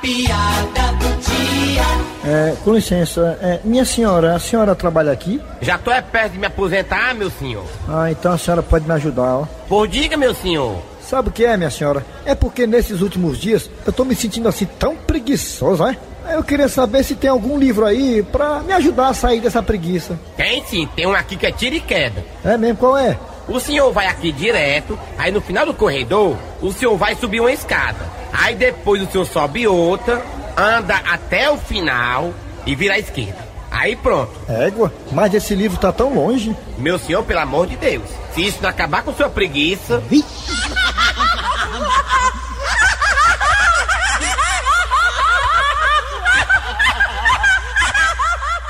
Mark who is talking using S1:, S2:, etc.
S1: piada do dia.
S2: É, com licença, é, minha senhora, a senhora trabalha aqui?
S3: Já tô é perto de me aposentar, meu senhor.
S2: Ah, então a senhora pode me ajudar, ó.
S3: Por diga, meu senhor.
S2: Sabe o que é, minha senhora? É porque nesses últimos dias eu tô me sentindo assim tão preguiçoso, né? Eu queria saber se tem algum livro aí pra me ajudar a sair dessa preguiça.
S3: Tem sim, tem um aqui que é tiro e queda.
S2: É mesmo? Qual é?
S3: O senhor vai aqui direto, aí no final do corredor, o senhor vai subir uma escada. Aí depois o senhor sobe outra, anda até o final e vira à esquerda. Aí pronto.
S2: Égua, mas esse livro tá tão longe.
S3: Meu senhor, pelo amor de Deus, se isso não acabar com sua preguiça.